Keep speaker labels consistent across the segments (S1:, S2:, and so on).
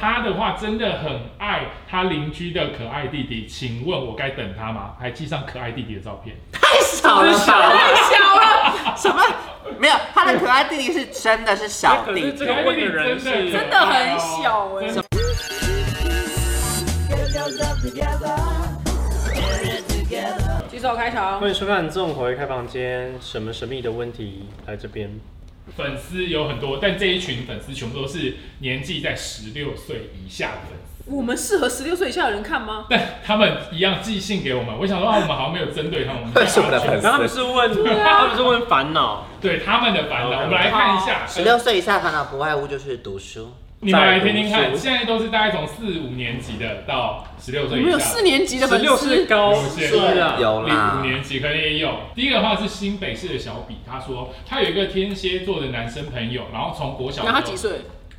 S1: 他的话真的很爱他邻居的可爱弟弟，请问我该等他吗？还寄上可爱弟弟的照片。
S2: 太少了
S3: 这是小
S2: 吧？
S3: 啊
S2: 太小了，什么？没有，他的可爱弟弟是真哎的是小
S3: 可
S2: 弟
S3: 是
S2: 弟
S3: 这，个问的人是
S1: 真的
S3: 真
S1: 真
S3: 的
S1: 的
S4: 很小哎、
S1: 真
S4: 欸
S1: 的。
S4: 举手开场
S3: 欢，迎收看《纵回开房间》，什么神秘的问题来这边？
S1: 粉丝有很多，但这一群粉丝全部都是年纪在十六岁以下的粉丝，
S4: 我们适合十六岁以下的人看吗？
S1: 但他们一样寄信给我们。我想说，啊，我们好像没有针对他们，我们
S5: 为什么的粉丝
S3: 然后他们是问，他们是问烦恼，
S1: 对他们的烦恼，我们来看一下。
S2: 十六岁以下烦恼不外乎就是读书。
S1: 你们来听听看，现在都是大概从四五年级的到十六
S4: 我
S1: 岁以
S4: 们
S1: 下，
S4: 有四年级的
S3: 十
S4: 粉
S3: 六是
S4: 丝，
S3: 高啊
S1: 有些
S3: 低的，
S2: 有啦
S1: 五，年级可能也有。第一个的话是新北市的小比，他说他有一个天蝎座的男生朋友，然后从国小的时
S4: 然后
S1: 候
S4: 他几？岁？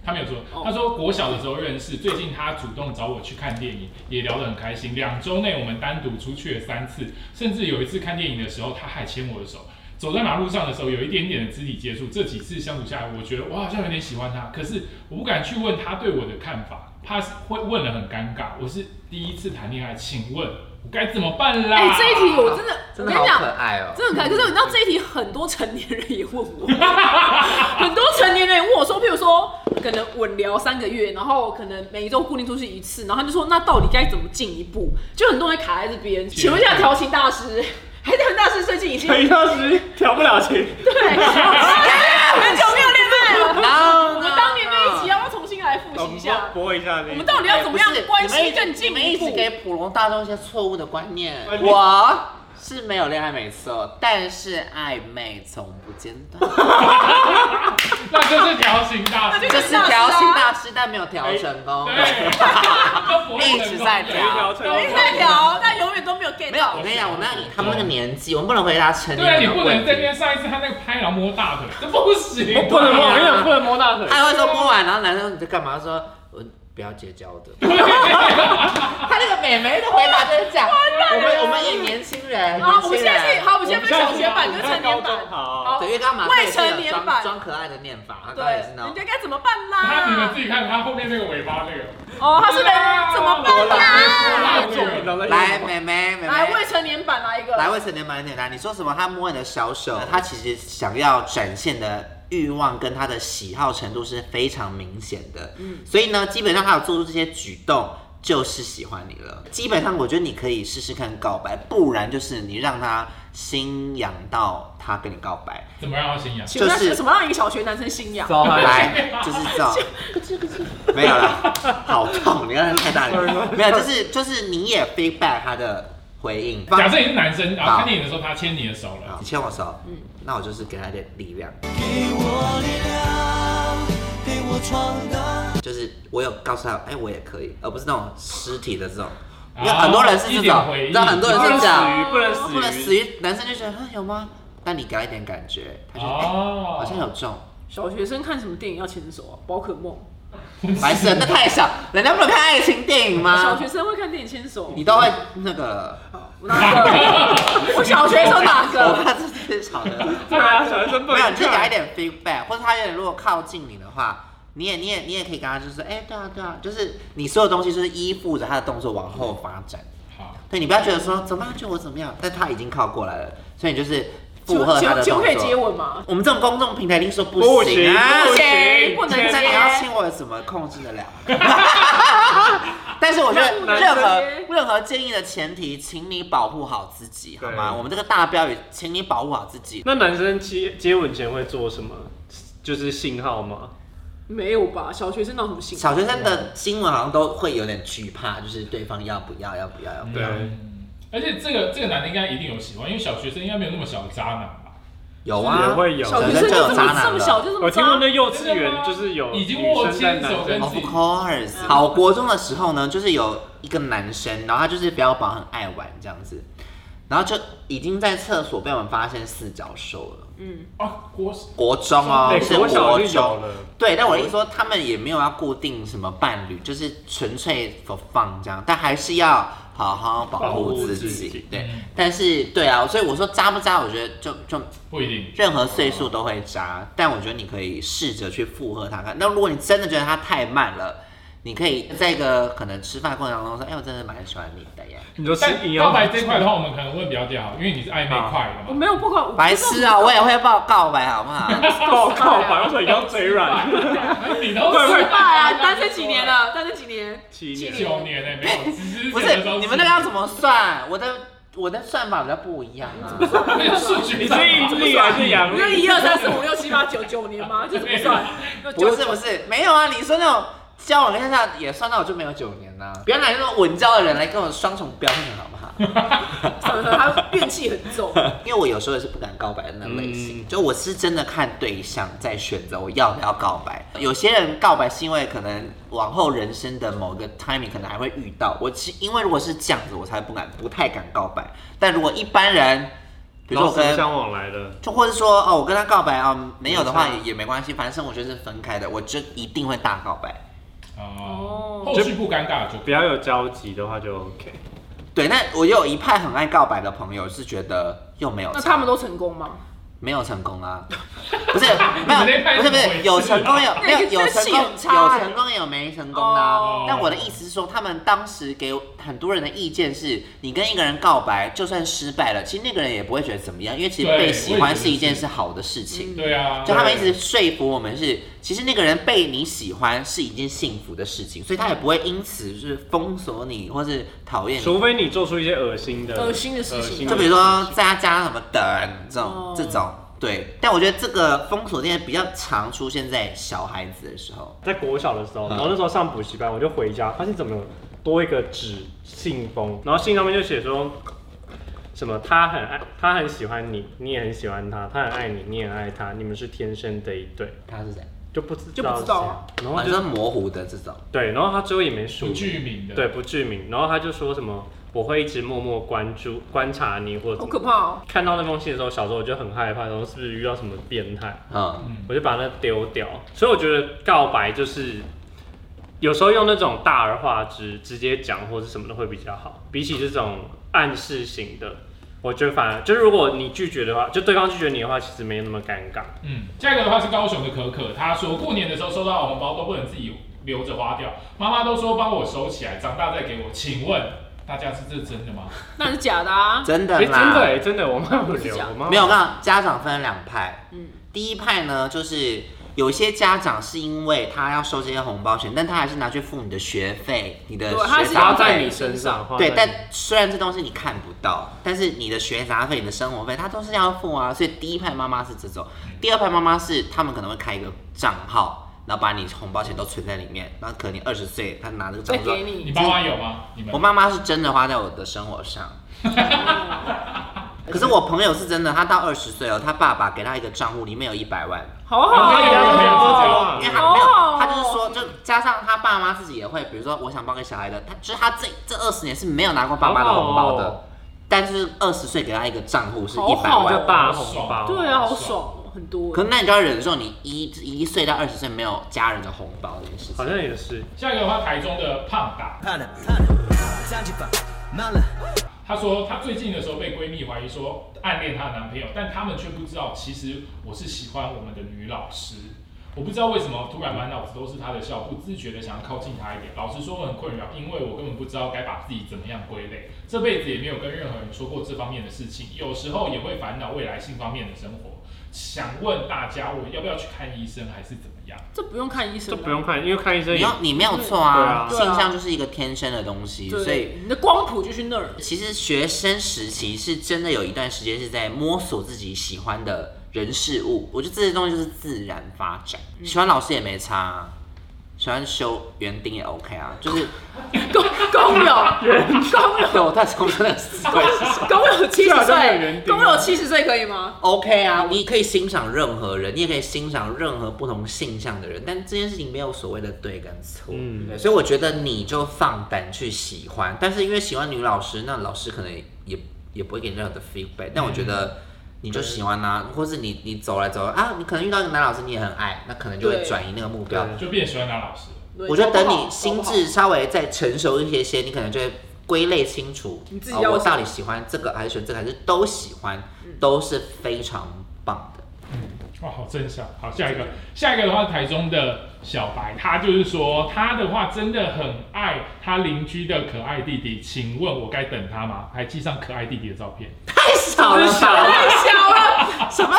S1: 他没有说，他说国小的时候认识，最近他主动找我去看电影，也聊得很开心。两周内我们单独出去了三次，甚至有一次看电影的时候，他还牵我的手。走在马路上的时候，有一点点的肢体接触。这几次相处下来，我觉得我好像有点喜欢他，可是我不敢去问他对我的看法，怕是会问了很尴尬。我是第一次谈恋爱，请问我该怎么办啦？
S4: 哎、这一 题我真的，
S2: 真
S4: 我
S2: 的
S4: 跟
S2: 好可
S4: 你讲，
S2: 爱哦、
S4: 真的很可爱。可是你知道这一题很多成年人也问我，很多成年人也问我说，譬如说可能稳聊三个月，然后可能每一周固定出去一次，然后他就说那到底该怎么进一步？就很多人卡在这边。请问一下调情大师，还是调情大师最近已经
S3: 等一下是调不了情，
S4: 对，很久没有恋爱了。
S2: 然后
S4: 我们当年那一集要不要重新来复习一 下？
S3: 播一下那个
S4: 我们到底要怎么样
S2: 哎不是
S4: 关系
S2: 你们一直
S4: 更进
S2: 你们
S4: 一
S2: 一
S4: 步
S2: 直？给普罗大众一些错误的观念。
S3: 哎你
S2: 我是没有恋爱没错，但是暧昧从不间断，
S1: 那就是调情大师，
S2: 这是调情大师，但没有调成功。
S1: 啊对，
S2: 一直在
S3: 有一条成
S4: 有一直在聊，但永远都没有 get
S2: 没有，
S4: 到。
S2: 我跟你讲，我那他们那个年纪，我们不能回答成
S1: 对啊，
S2: 年
S1: 你
S2: 人的
S1: 不能
S2: 问
S1: 在那
S2: 题。
S1: 边上一次他那个拍然后摸大腿，这不行，啊
S3: 不能摸，我跟你讲不能摸大腿，
S2: 他会说摸完，然后男生说你在干嘛？他说我不要结交的。他那个美眉的回答就是这样。我们我们也年轻人，
S4: 好，啊我
S2: 年
S4: 们
S2: 轻
S4: 现在是
S2: 人。
S4: 好，我们现在分小学版跟成年
S3: 我们现在是
S4: 版。
S3: 好
S4: 好
S2: 对，因为刚刚马克
S4: 未
S2: 也是有
S4: 成年
S2: 装
S4: 版
S2: 装可爱的念法，他
S4: 哦对
S2: 刚才也是，那种
S4: 人家该怎么办
S1: 他你们
S4: 啦
S1: 自？己看他后面那个尾巴那个，
S4: 哦，他是人怎么办
S2: 哦
S4: 啦？
S1: 我我
S3: 了
S2: 来，妹妹，妹
S4: 来，
S2: 妹。
S4: 未成年版来啊一个。
S2: 来未成年版很简单，你说什么？他摸你的小手，
S4: 嗯
S2: 他其实想要展现的欲望跟他的喜好程度是非常明显的。
S4: 嗯
S2: 所以呢，基本上他有做出这些举动，就是喜欢你了。基本上，我觉得你可以试试看告白，不然就是你让他心痒到他跟你告白，
S1: 怎么让他心痒？
S4: 请问他
S2: 就是
S4: 是什么让一个小学男生心痒？
S1: 哦
S3: 走
S2: 来就是这种。没有啦，好痛！你刚才太大力， 没有，就是就是你也 feedback 他的回应。
S1: 假设你是男生，然后
S2: 好
S1: 看电影的时候他牵你的手
S2: 好
S1: 了，
S2: 你牵我手，嗯，那我就是给他一点力量。就是我有告诉他，哎、我也可以，而不是那种尸体的这种。因为
S1: 啊
S2: 很多人是
S1: 一
S2: 这
S1: 点
S2: 种，
S1: 回应
S2: 你知道很多人
S3: 不能
S2: 是这
S3: 死
S2: 样，
S3: 鱼，不能
S2: 不能
S3: 死
S2: 死
S3: 鱼，
S2: 于男生就觉得啊有吗？但你给他一点感觉，他就、哎
S1: 哦，
S2: 好像有中。
S4: 小学生看什么电影要牵手啊？宝可梦。
S2: 白痴，那太小，人家不能看爱情电影
S4: 小
S2: 吗
S4: 学？生会看电影牵手。
S2: 啊你都会那个了，
S4: 哪个？我小学生哪
S2: 我
S4: 个？
S2: 怕这是吵的。
S3: 对啊，小学生不
S2: 没有，
S3: 能
S2: 你就给他一点 feedback，或者他有点如果靠近你的话，你也你也你也可以跟他就是，哎、对啊对啊，就是你所有东西就是依附着他的动作往后发展。
S1: 好，
S2: 对你不要觉得说怎么样就我怎么样，但他已经靠过来了，所以你就是附
S4: 请
S2: 和
S4: 问请
S2: 他的
S4: 问请
S2: 动
S4: 问可以接
S2: 作。
S4: 吻吗？
S2: 我们这种公众平台一定说不
S3: 不
S2: 行
S3: 行
S2: 啊，
S3: 不
S4: 行
S3: 行，
S4: 不能
S2: 那
S4: 接
S2: 你要亲我怎么控制得 了？但是我觉得
S4: 那
S2: 任
S4: 那这
S2: 何任何建议的前提，请你保护好自己，好吗？
S3: 对
S2: 我们这个大标语，请你保护好自己。
S3: 那男生接接吻前会做什么？就是信号吗？
S4: 没有吧？小学生哪有什么性？
S2: 小学生的新闻好像都会有点惧怕，就是对方要不要，要不要，要不要
S3: 对
S1: 嗯而且这个这个男的应该一定有喜欢，因为小学生应该没有那么小的渣男吧？
S2: 有啊
S3: 也，会有
S4: 小
S2: 学
S4: 学
S2: 生
S4: 生
S2: 就有
S4: 怎
S2: 渣
S4: 么这
S2: 男
S4: 么
S2: 了
S4: 小就这么
S3: 我听过
S4: 渣？
S3: 那幼稚园就是有
S1: 已经
S3: 女
S1: 握
S3: 生在
S1: 牵
S3: 男
S1: 手
S3: 生
S1: 跟
S2: Of course，好，国中的时候呢，就是有一个男生，然后他就是表宝很爱玩这样子，然后就已经在厕所被我们发现四脚兽了。
S4: 嗯，
S1: 啊，国
S2: 国中哦，
S3: 哎
S2: 是
S3: 国小就有
S2: 中
S3: 了。
S2: 对，但我一说他们也没有要固定什么伴侣，就是纯粹 for fun 这样，但还是要好好保
S3: 保
S2: 护
S3: 护
S2: 自
S3: 自
S2: 己。
S3: 己
S2: 对
S1: 嗯，
S2: 但是对啊，所以我说渣不渣，我觉得就就
S1: 不一定，
S2: 任何岁数都会渣，但我觉得你可以试着去附和他看。那如果你真的觉得他太慢了，你可以在一个可能吃饭过程当中说，哎、我真的蛮喜欢你的耶。
S3: 你就吃
S1: 但
S3: 营
S1: 告
S3: 养
S1: 白这一块的话，我们可能问比较掉，因为你是暧昧块的嘛。
S4: 我哦没有不管，我
S2: 白痴啊，我也会报告白好不 好？
S3: 告告白，我说你刚嘴软，
S1: 你都
S3: 快
S4: 失
S3: 快
S4: 败啊！ 你单身几年？了？单身几年？
S3: 七
S4: 年
S1: 九年哎，没有，只是
S2: 不是，你们那个要怎么算？我的我的算法比较不一样啊。
S1: 个数学
S3: 你是阴历还是阳
S4: 那
S3: 历？
S4: 一二三四五六七八九九年吗？这怎么算？那九
S2: 不是不是，没有啊！你说那种交往对象也算，那我就没有九年啦、不要拿那种稳交的人来跟我双重标准好不 好？
S4: 算了，他怨气很重。
S2: 因为我有时候也是不敢告白的那类
S3: 嗯
S2: 型，就我是真的看对象在选择我要不要告白。有些人告白是因为可能往后人生的某个 timing 可能还会遇到，我是因为如果是这样子，我才不敢不太敢告白。但如果一般人，比如说
S3: 老
S2: 我
S3: 死
S2: 跟
S3: 相往来的，
S2: 就或者说哦，我跟他告白啊、哦，没有的话
S3: 没
S2: 也
S3: 差
S2: 也没关系，反正生活圈是分开的，我就一定会大告白。
S1: 哦，后续不尴尬就
S3: 不要有交集的话就 OK。
S2: 对，那我有一派很爱告白的朋友是觉得又没有差，
S4: 那他们都成功吗？
S2: 没有成 功啊，不是没
S1: 们那派
S2: 有不是不
S1: 是怎么回
S2: 是
S1: 事
S2: 有成功有没有
S4: 那个
S2: 有成
S4: 气
S2: 功
S4: 很差
S2: 有
S4: 欸
S2: 成功也有没成功的、
S4: 哦
S2: 啊。但我的意思是说，他们当时给很多人的意见是，你跟一个人告白，就算失败了，其实那个人也不会觉得怎么样，因为其实
S1: 对
S2: 被喜
S1: 我也
S2: 欢
S1: 觉得
S2: 是一件
S1: 是
S2: 是好的事情。
S1: 对啊
S2: 就。他们一直说服我们是，其实那个人被你喜欢是一件幸福的事情，所以他也不会因此就是封锁你或是讨厌你。
S3: 除非你做出一些恶心的、
S4: 恶心的事情
S2: 就比如说在他家什么等这种
S4: 哦
S2: 这种，对。但我觉得这个封锁这些比较常出现在小孩子的时候，
S3: 在国小的时候，然后那时候上补习班，我就回家，发现怎么有多一个纸信封，然后信上面就写说什么他很爱，他很喜欢你，你也很喜欢他，他很爱你，你也很爱他，你们是天生的一对，
S2: 他是谁？
S3: 就不知
S4: 就不知道啊
S3: 道谁，然
S2: 啊
S3: 后
S2: 你说
S3: 就
S2: 模糊的这种，
S3: 对，然后他最后也没署
S1: 不具名的，
S3: 对，不具名，然后他就说什么我会一直默默关注观察你或者
S4: 好
S3: 怎
S4: 可
S3: 么
S4: 怕哦！
S3: 看到那封信的时候，小时候我就很害怕，然后是不是遇到什么变态？
S2: 嗯，
S3: 我就把那丢掉。所以我觉得告白就是有时候用那种大而化之，直接讲或者什么的会比较好，比起这种暗示型的，我觉得反而就是如果你拒绝的话，就对方拒绝你的话，其实没有那么尴尬。
S1: 嗯，下一个的话是高雄的可可，她说过年的时候收到红包都不能自己留着花掉，妈妈都说帮我收起来，长大再给我。请问大家是这真的吗？
S4: 那是假的啊！
S2: 真的啦，
S3: 哎、真的哎、真的，我妈有
S4: 是
S3: 留，
S4: 假的
S3: 我妈
S2: 没有，我告诉你家长分两派，
S4: 嗯
S2: 第一派呢，就是有些家长是因为他要收这些红包钱，但他还是拿去付你的学费、你的
S4: 对他
S2: 学
S4: 是
S2: 杂
S3: 花
S4: 要
S3: 在
S2: 费。
S3: 你身上，花在
S2: 对，
S3: 你
S2: 但虽然这东西你看不到，但是你的学杂费、你的生活费，他都是要付啊。所以第一派妈妈是这种，第二派妈妈是他们可能会开一个账号，然后把你红包钱都存在里面，然后可能你二十岁，他拿这个账
S4: 再
S2: 号说
S4: 给
S1: 你
S4: 你，
S1: 妈妈有吗？你们
S2: 我？妈妈是真的花在我的生活上。可是我朋友是真的，他到二十岁哦，他爸爸给他一个账户，里面有一百万，
S4: 好啊好
S1: 我妈有我妈有我妈有
S4: 哦。
S2: 因为
S3: 因为
S2: 他没有
S4: 哦，
S2: 他就是说，就加上他爸妈自己也会，比如说我想包给小孩的，他就是他这这二十年是没有拿过爸妈的红包
S3: 哦
S2: 的，但是二十岁给他一个账户是
S4: 好
S2: 一百
S4: 好
S2: 万
S4: 哦，
S3: 就大红包，
S4: 对啊，好爽哦，很多
S2: 可。是那你就要忍受你一一岁到二十岁没有家人的红包这件事
S3: 好
S2: 情。
S3: 像也是。
S1: 下一个的话，台中的胖达，
S5: 怕了，怕了，站起吧，慢了。
S1: 她说她最近的时候被闺蜜怀疑说暗恋她的男朋友，但他们却不知道，其实我是喜欢我们的女老师。我不知道为什么突然满脑子都是她的笑，不自觉的想要靠近她一点。老实说，我很困扰，因为我根本不知道该把自己怎么样归类，这辈子也没有跟任何人说过这方面的事情。有时候也会烦恼未来性方面的生活。想问大家，我要不要去看医生，还是怎么样？
S4: 这不用看医生啊，
S3: 这不用看，因为看医生
S2: 你
S3: 也
S2: 要你没有错
S3: 对啊
S2: 啊，
S4: 对啊
S2: 性向就是一个天生的东西，所以
S4: 对，你的光谱就去那儿。
S2: 其实学生时期是真的有一段时间是在摸索自己喜欢的人事物，我觉得这些东西就是自然发展。喜欢老师也没差、啊，喜欢修园丁也 OK 啊，就是
S4: 公公有，公有，
S2: 对我在重申的思维是什么
S4: 公有七
S3: 这
S4: 十
S3: 好像有
S4: 岁
S3: 人，顶
S4: 公有七十岁可以吗？
S2: OK 啊，你可以欣赏任何人，你也可以欣赏任何不同性向的人，但这件事情没有所谓的对跟错，
S3: 嗯
S2: 对所以我觉得你就放胆去喜欢，但是因为喜欢女老师，那老师可能也也不会给你任何的 feedback，但我觉得你就喜欢啊，或是你你走来走来啊，你可能遇到一个男老师你也很爱，那可能就会
S4: 对
S2: 转移那个目标。
S1: 就变喜欢她老师了。
S4: 对
S2: 我觉得等
S4: 搞不
S2: 你
S4: 好
S2: 心
S4: 搞不好
S2: 智稍微再成熟一些些，你可能就会归类清楚，
S4: 你自己
S2: 啊
S4: 要
S2: 我
S4: 什么
S2: 到嗯底喜欢这个还是选这个，还是都喜欢，都是非常棒的。
S1: 哇，哦好正向。好，下一个，下一个的话，台中的小白，他就是说，他的话真的很爱他邻居的可爱弟弟，请问我该等他吗？还寄上可爱弟弟的照片。
S2: 太少了
S3: 真
S2: 吧？
S3: 少
S4: 太小了，
S2: 什么？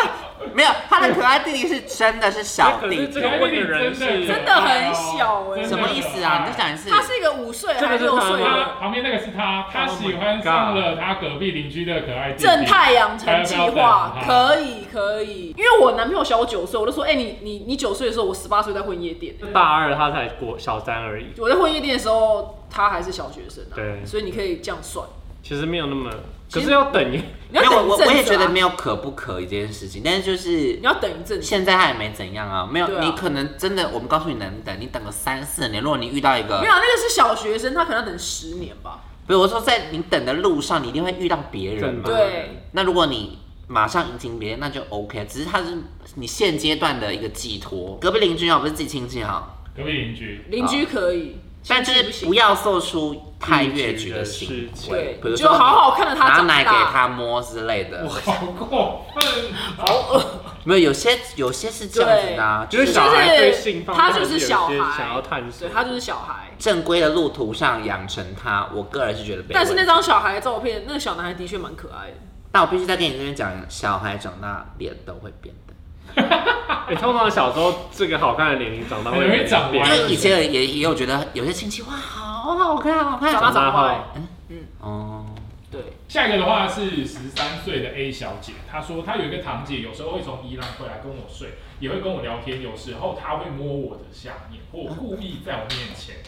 S2: 没有，他的可爱弟弟是真的是小弟
S3: 可是这
S2: 弟
S3: 个，
S1: 可爱弟弟真的
S4: 真的很小欸
S1: 哎，
S2: 什么意思啊？你再
S1: 在
S2: 讲一次。
S4: 他是一个五岁还是六岁的
S1: 他旁边那个是他，他喜欢上了他隔壁邻居的可爱弟弟。
S4: 正太阳城计
S1: 还要不要
S4: 划
S1: 等他
S4: 可以可以，因为我男朋友小我九岁，我就说，哎、你你你九岁的时候，我十八岁在混夜店、
S3: 大二他才过小三而已，
S4: 我在混夜店的时候，他还是小学生啊，
S3: 对
S4: 所以你可以这样算，
S3: 其实没有那么，
S4: 其
S3: 可
S4: 实
S3: 是要等一
S4: 你
S2: 没
S4: 要
S2: 有，
S4: 等
S2: 我我
S4: 一阵子、啊，
S2: 我也觉得没有可不可以这件事情，但是就是
S4: 你要等一阵子，
S2: 现在他也没怎样啊，没有，
S4: 对啊
S2: 你可能真的，我们告诉你能等，你等个三四年，如果你遇到一个
S4: 没有，啊那个是小学生，他可能要等十年吧，
S2: 比如说在你等的路上，你一定会遇到别人
S3: 真
S2: 嘛
S3: 的。
S4: 对，
S2: 那如果你马上迎亲别人，那就 OK，只是他是你现阶段的一个寄托。隔壁邻居好，不是自己亲戚好，
S1: 隔壁邻居，
S4: 邻居可以，
S2: 但就
S4: 亲戚不
S2: 是
S4: 行
S2: 不要做出太越矩的
S3: 事
S2: 行
S3: 情
S2: 为
S4: 对，
S2: 比如
S4: 你
S2: 说
S4: 就好好看着他
S2: 拿
S4: 长大
S2: 奶给他摸之类的。
S1: 好过分，
S4: 好恶，
S2: 没有，有些有些是这样子的、啊，
S3: 就是
S2: 是
S3: 小孩对
S4: 就是
S3: 性方
S4: 他
S3: 面
S4: 就是
S3: 有一些
S4: 小孩
S3: 想要探索
S4: 对，他就是小孩。
S2: 正规的路途上养成他，我个人是觉得没问题。
S4: 但是那张小孩的照片，那个小男孩的确蛮可爱的。
S2: 但我必须在电影这边讲，小孩长大脸都会变的，
S3: 你、哎通常小时候这个好看的年龄长大会
S1: 很容易长
S3: 变
S1: 歪
S2: 因为以前也也也有觉得有些亲戚哇好好看好看，
S4: 长大
S3: 长大
S4: 长坏
S3: 后，
S2: 哦，
S4: 对，
S1: 下一个的话是十三岁的 A 小姐，她说她有一个堂姐，有时候会从宜兰回来跟我睡，也会跟我聊天，有时候她会摸我的下面，或故意在我面前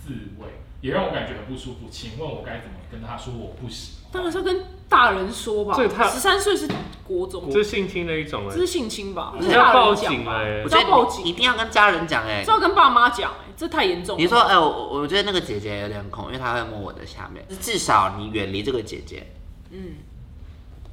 S1: 自慰，也让我感觉很不舒服。请问我该怎么跟她说我不喜欢？
S4: 当然是要跟大人说吧。
S3: 这个太
S4: 十三岁是国中，
S3: 这是性侵的一种哎、
S4: 这是性侵吧？
S3: 你要报警了、哎
S2: 我
S4: 这
S2: 觉
S4: 要报
S2: 得你一
S4: 警，
S2: 定要跟家人讲哎、
S4: 这要跟爸妈讲，哎，这太严重了。
S2: 你说，哎、我我觉得那个姐姐有点恐，因为她会摸我的下面。至少你远离这个姐姐。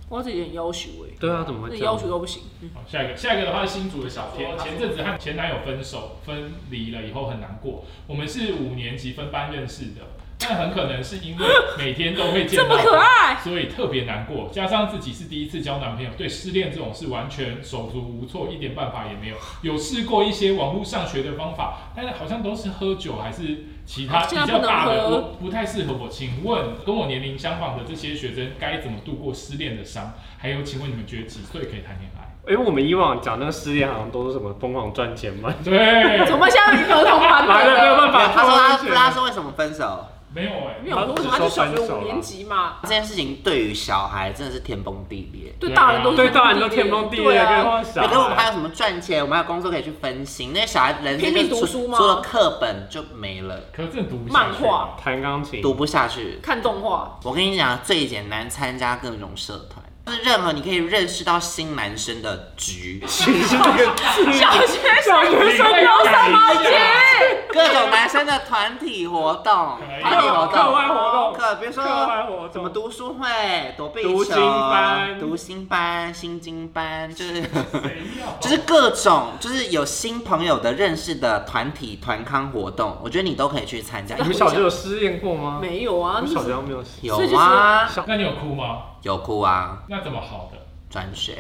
S4: 哇，这有点要求哎，
S3: 对啊，怎么会
S4: 那
S3: 这
S4: 要
S3: 样
S4: 求？都不行。
S1: 好， 下一个，下一个的话是新竹的小天，前阵子和前男友分手，分离了以后很难过。我们是五年级分班认识的，但很可能是因为每天都会见
S4: 这
S1: 到
S4: 么可
S1: 他
S4: 爱，
S1: 所以特别难过，加上自己是第一次交男朋友，对失恋这种事完全手足无措，一点办法也没有。有试过一些网络上学的方法，但是好像都是喝酒还是其他比
S4: 现在
S1: 较
S4: 不能
S1: 大的，
S4: 喝
S1: 我不太适合我。请问跟我年龄相仿的这些学生该怎么度过失恋的伤？还有，请问你们觉得几岁可以谈恋爱？
S3: 因为哎我们以往讲那个失恋好像都是什么疯狂赚钱嘛，
S4: 怎
S1: 对，
S4: 么现在有合同版
S3: 完
S4: 本
S3: 了没有
S4: 了？
S3: 办法，
S2: 她说她
S3: 赚钱
S2: 她说为什么分手？
S1: 没有哎、
S4: 没有，为什么他就小学五年级嘛？
S2: 这件事情对于小孩真的是天崩地裂。
S4: 对大人都是
S3: 对大人都天崩地裂，
S4: 对
S3: 更何
S4: 啊，
S3: 况小
S2: 可是我们还
S3: 孩。
S2: 有什么赚钱？我们还有工作可以去分心。那小孩人生
S4: 拼命
S2: 就
S4: 读
S2: 除
S4: 书吗
S2: 除了课本就没了，
S1: 可是真的读不下
S4: 漫
S1: 去。啊
S4: 画
S3: 弹钢琴，
S2: 读不下去。
S4: 看动画，
S2: 我跟你讲，最简单参加各种社团，就是任何你可以认识到新男生的 局，
S3: 其实这个字
S4: 小学
S3: 小
S4: 生
S3: 学生
S4: 有什么
S1: 你在
S4: 结？
S2: 各种男生的团体活动
S1: 可以、
S2: 团体活
S3: 课
S2: 动、
S3: 外活动，
S2: 课，比如说
S3: 课外活动
S2: 什么读书会、躲避
S3: 读
S2: 球、
S3: 心班
S2: 读心班、心经班，就是。
S1: 谁要？
S2: 就是各种，就是有新朋友的认识的团体团康活动，我觉得你都可以去参加。
S3: 你们小时候有失恋过吗？
S4: 没有啊
S3: 我，们
S4: 那
S3: 小时
S4: 是
S3: 候没有失
S2: 有
S4: 所以就是
S2: 啊，
S1: 那你有哭吗？
S2: 有哭啊，
S1: 那怎么好的？
S2: 转学。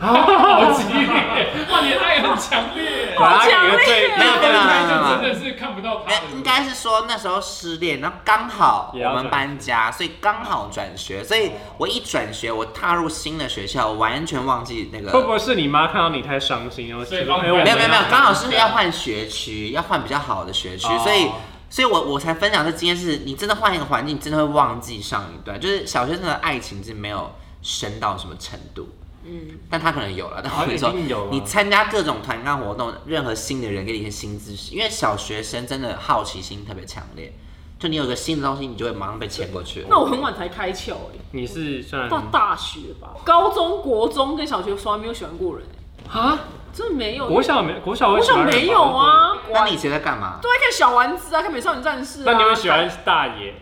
S1: 好激烈， 哇，你的爱很强烈。
S3: 我要给
S4: 强
S3: 个
S4: 烈
S3: 最
S2: 没有 没有没有没有没有
S1: 就真的是看不到
S2: 没
S1: 他
S2: 有
S1: 的，
S2: 啊应该是说那时候失恋，然后刚好
S3: 也要
S2: 我们搬家，所以刚好转学，所以我一转学，我踏入新的学校，完全忘记那个。
S3: 会不会是你妈看到你太伤心，然后
S1: 所以
S3: 觉得
S1: 帮你
S3: 哎我
S2: 没有没有没有
S1: 对啊，
S2: 刚好是要换学区，要换比较好的学区，
S3: 哦
S2: 所以。所以我，我才分享这经验是，你真的换一个环境，你真的会忘记上一段。就是小学生的爱情是没有深到什么程度，嗯，但他可能有了。但我跟你说
S3: 一定有啊，
S2: 你参加各种团康活动，任何新的人给你一些新知识，因为小学生真的好奇心特别强烈，就你有个新的东西，你就会马上被牵过去。
S4: 那我很晚才开窍哎，
S3: 你是算
S4: 到大学吧，高中、国中跟小学从来没有喜欢过人，欸
S3: 啊？
S4: 真的没有。
S3: 国小没国小会
S4: 国
S3: 喜
S4: 小
S3: 欢人吧
S4: 没有？啊，
S2: 那你以前在干嘛？
S4: 都在看小丸子啊，看美少女战士啊。
S3: 那你会喜欢大爷？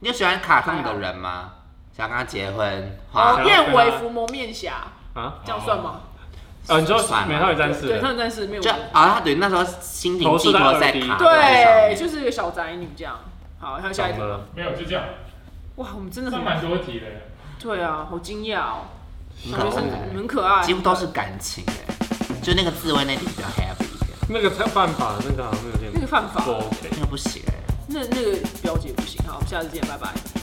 S2: 你有喜欢卡通里的人吗？想跟他结婚？
S4: 哦
S2: 花
S3: 想要
S4: 燕
S3: 看
S4: 尾
S3: 他
S4: 服蒙面侠，
S3: 啊，
S4: 这样算吗？
S3: 哦，你说
S2: 算了
S3: 美少女战士
S4: 对，美少女战士没有
S2: 就。啊，他对那时候心情寄托在卡通上
S4: 对，
S2: 面
S4: 就是一个小宅女这样。好，还有下一
S3: 懂
S4: 题吗？
S3: 了，
S1: 没有就这样，
S4: 哇，我们真的
S1: 算蛮
S4: 很
S1: 多题的。
S4: 对啊，好惊讶哦！
S2: 很
S4: 小学
S2: 可
S4: 生
S2: 爱
S4: 很可爱，
S2: 几乎都是感情哎、就那个自慰那题比较 happy 一点，
S3: 那个才犯法，那个好像有点
S4: 那个犯法
S3: 不，OK。
S2: 那个不行哎、
S4: 那那个表姐不行。好，我们下次见，拜拜。